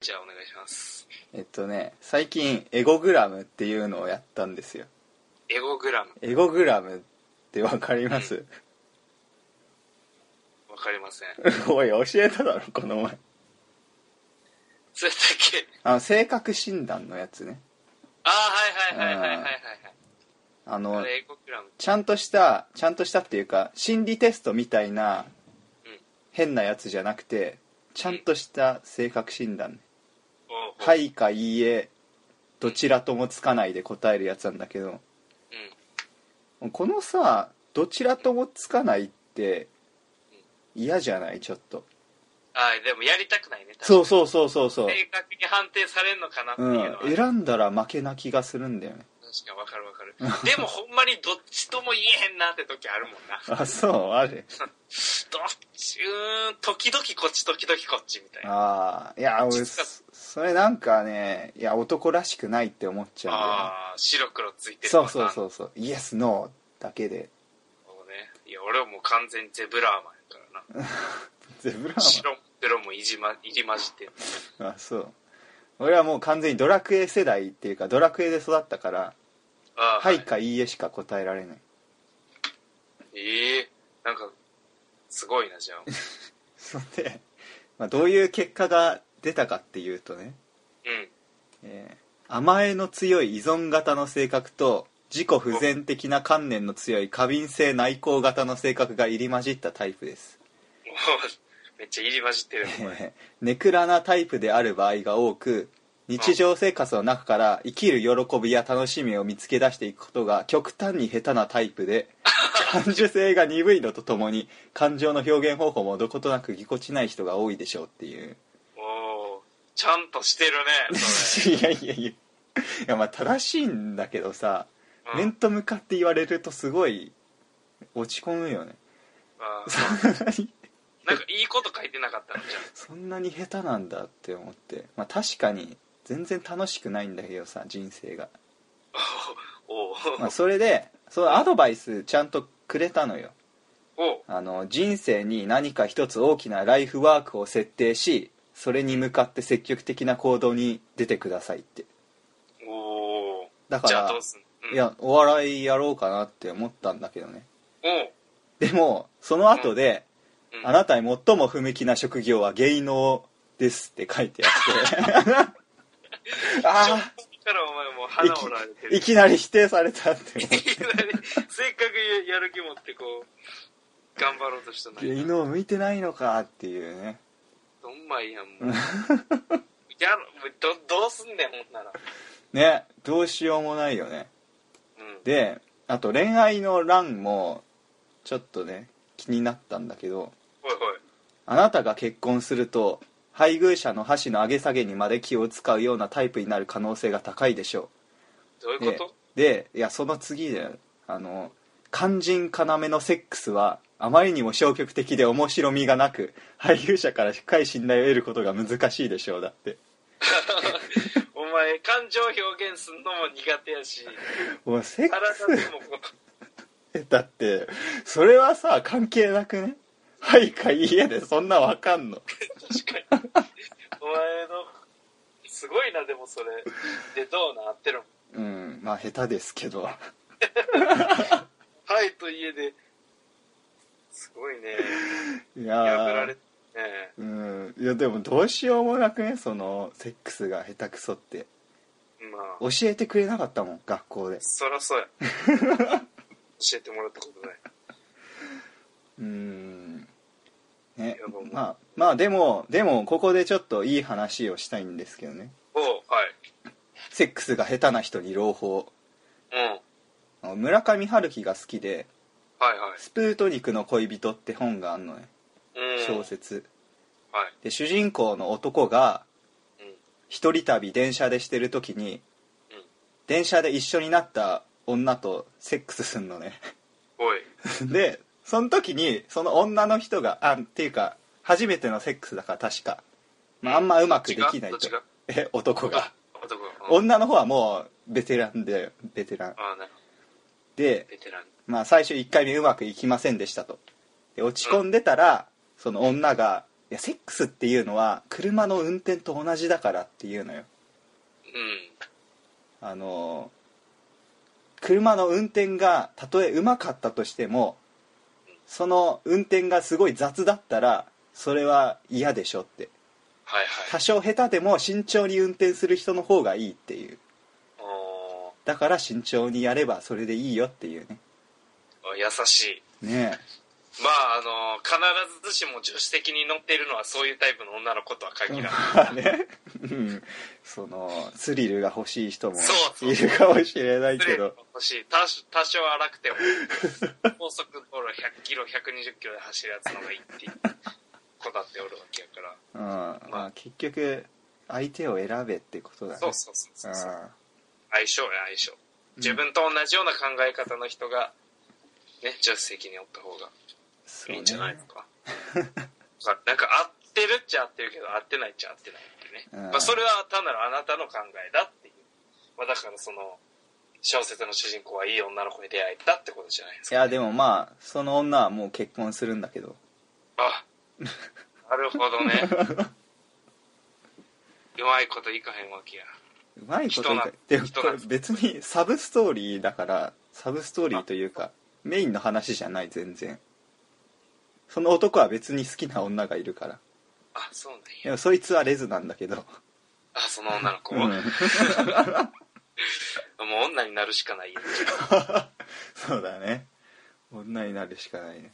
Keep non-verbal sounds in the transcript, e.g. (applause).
じゃあお願いしますえっとね最近エゴグラムっていうのをやったんですよエゴグラムエゴグラムってわかりますわかりません (laughs) おい教えただろこの前それだけあの性格診断のやつねああはいはいはいはいはいはいあはいあのれエゴグラムちゃんとしたちゃんとしたっていうか心理テストみたいなうん変なやつじゃなくてちゃんとした性格診断おうおうはいかいいえどちらともつかないで答えるやつなんだけどうんこのさどちらともつかないって嫌じゃないちょっとああでもやりたくないねそううそうそうそうそう、正確に判定されるのかなっていううのはん、、選んだら負けな気がするんだよね確かにわかるわかるでもほんまにどっちとも言えへんなって時あるもんなあそうあれどっちうーん時々こっち時々こっちみたいなああいや俺そそれなんかねいや男らしくないって思っちゃうんだよねああ白黒ついてるそうそううそうそうイエスノーだけでねいや俺はもう完全にゼブラーマンやから (laughs) なゼブラー白も黒もいじま入り混じってるマンあそう俺はもう完全にドラクエ世代っていうかドラクエで育ったから「ああはい」か「いいえ」しか答えられないええなんかすごいな (laughs) じゃあうそんで、まあ、どういう結果が出たかっていうとね、ん (laughs) えー甘えの強い依存型の性格と自己不全的な観念の強い過敏性内向型の性格が入り混じったタイプですもうめっちゃ入り混じってるお前 (laughs) ネクラなタイプである場合が多く日常生活の中から生きる喜びや楽しみを見つけ出していくことが極端に下手なタイプで感受性が鈍いのとともに感情の表現方法もどことなくぎこちない人が多いでしょうっていうおおちゃんとしてるね (laughs) そいやいやいやいやまあ正しいんだけどされ、うん面と向かって言われるとすごい落ち込むよ (laughs) ねああそんなになんかいいこと書いてなかったのじゃあそんなに下手なんだって思ってまあ確かに全然楽しくないんだけどさ人生が、 (laughs) おおまあ、それでそのアドバイスちゃんとくれたのよおうあの人生に何か一つ大きなライフワークを設定しそれに向かって積極的な行動に出てくださいっておおだからじゃあどうすんうんいやお笑いやろうかなって思ったんだけどねおうでもその後で、うんあなたに最も不向きな職業は芸能ですって書いてあっ (laughs) ちてょっあとからお前もうあい花をられてきるいきなり否定されたって (laughs) 思いきなり (laughs) せっかくやる気持ってこう頑張ろうとしたのう芸に能向いてないのかっていうねどんまいやんもうやろどどうすんねんほんならねどうしようもないよねうんであと恋愛の欄もちょっとね気になったんだけどおいおいあなたが結婚すると配偶者の箸の上げ下げにまで気を使うようなタイプになる可能性が高いでしょうどういうでことでいやその次であの肝心要のセックスはあまりにも消極的で面白みがなく俳優者から深い信頼を得ることが難しいでしょうだってお前感情表現すんのも苦手や (laughs) しもうセック体でもこうスだってそれはさ関係なくねはいかいいえでそんなわかんの確かにお前のすごいなでもそれでどうなってるのうんまあ下手ですけどはいと家ですごいねい破らやれーてねうんいやでもどうしようもなくねそのセックスが下手くそってまあ教えてくれなかったもん学校でそら (laughs) そうや教えてもらったことないうんねやもうまあまあでもでもここでちょっといい話をしたいんですけどねおうはいセックスが下手な人に朗報うんあの村上春樹が好きではい「はいスプートニクの恋人」って本があんのねうん小説はいで主人公の男がうん一人旅電車でしてる時にうん電車で一緒になった女とセックスすんのねおい (laughs) でその時にその女の人があっていうか初めてのセックスだから確か、まあ、あんまうまくできなどいとっちがどっえ男ちががあ男がうん女の方はもうベテランでベテランああなるほでどベテランまあ最初1回目うまくいきませんでしたとで落ち込んでたらその女がやセックスっていうのは車の運転と同じだからっていうのようんあの車の運転がたとえうまかったとしてもその運転がすごい雑だったらそれは嫌でしょってはいは多い少下手でも慎重に運転する人の方がいいっていうおだから慎重にやればそれでいいよっていうねー優しいねまああの必ずしも助手席に乗っているのはそういうタイプの女の子とはえ限らない、ま (laughs) あね、うん、そのスリルが欲しい人もそうそういるかもしれない失け礼ど欲しい多少多少荒くて (laughs) も高速道路100キロ120キロで走るやつの方がいいっていう子だっておるわけやからうんまあ、結局相手を選べってことだねそうそうそうそうそうあ相性や相性自分と同じような考え方の人がね助手席におった方がいいんじゃないですか、まあなんか合ってるっちゃ合ってるけど合ってないっちゃ合ってないってね、うんまあ、それは単なるあなたの考えだっていう、まあ、だからその小説の主人公はいい女の子に出会えたってことじゃないですいか、やでもまあその女はもう結婚するんだけどあなるほどねうまいこといかへんわけやうまいこと言うか人でなも人こなれ別にサブストーリーだからサブストーリーというかメインの話じゃない全然その男は別に好きな女がいるからあそうなんでやもそいつはレズなんだけど、あその女の子、うもんう女になるしかないやんそうだね女になるしかないね